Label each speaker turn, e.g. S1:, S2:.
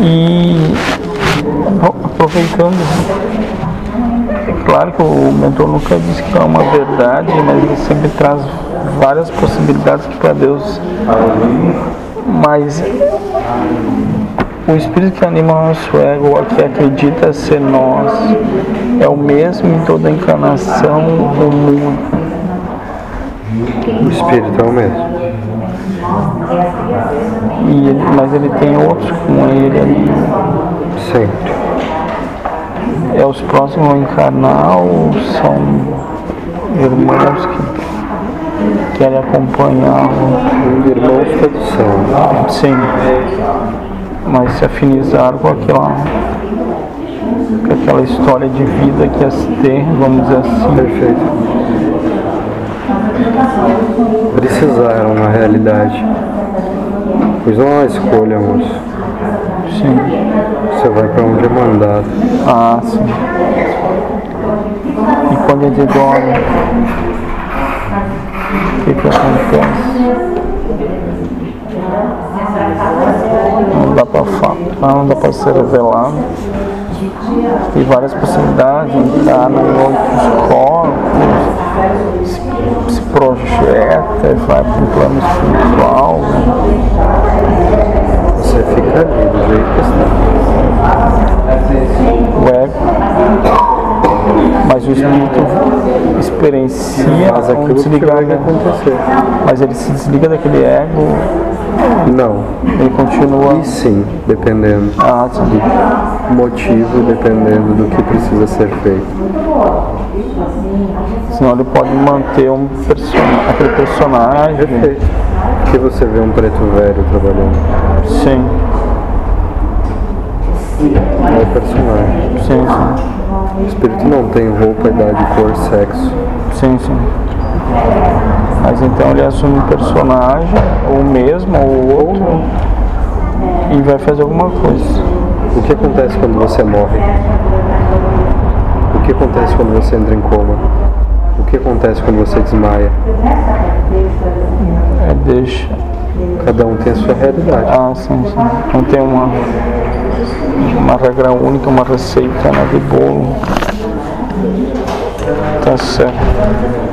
S1: E apro- aproveitando, é claro que o mentor nunca disse que é uma verdade, mas ele sempre traz várias possibilidades para Deus. Mas o espírito que anima o nosso ego, o que acredita ser nós, é o mesmo em toda encarnação do mundo.
S2: O espírito é o mesmo.
S1: E ele- mas ele tem outros com ele ali.
S2: Sempre.
S1: É os próximos a encarnar ou são irmãos que querem acompanhar?
S2: Irmãos todos são.
S1: Sim. Mas se afinizaram com aquela, com aquela história de vida que as tem, vamos dizer assim.
S2: Perfeito. Precisaram, na realidade. Pois não há escolha, moço.
S1: Sim.
S2: Você vai para onde é mandado.
S1: Ah, sim. E quando ele dorme, o que, que acontece? Não dá pra falar, não dá pra ser revelado. Tem várias possibilidades, entrar em outros corpos, se, se projeta, vai para um plano espiritual.
S2: Você fica ali, do jeito que está.
S1: o ego, mas o espírito experiencia
S2: Faz
S1: um
S2: aquilo que
S1: desligar,
S2: vai
S1: né?
S2: acontecer.
S1: mas ele se desliga daquele ego,
S2: Não.
S1: ele continua
S2: E sim, dependendo
S1: a arte de-
S2: do motivo, dependendo do que precisa ser feito.
S1: senão ele pode manter um person- aquele personagem,
S2: Perfeito. Que você vê um preto velho trabalhando.
S1: sim,
S2: É o personagem.
S1: sim,
S2: O espírito não tem roupa, idade, cor, sexo.
S1: sim, sim, sim. Mas então ele assume um personagem, ou mesmo, ou outro, e vai fazer alguma coisa.
S2: O que acontece quando você morre? O que acontece quando você entra em coma? O que acontece quando você desmaia?
S1: É, deixa.
S2: Cada um tem a sua realidade.
S1: Ah, sim, sim. Não tem uma, uma regra única, uma receita né, de bolo. Tá certo.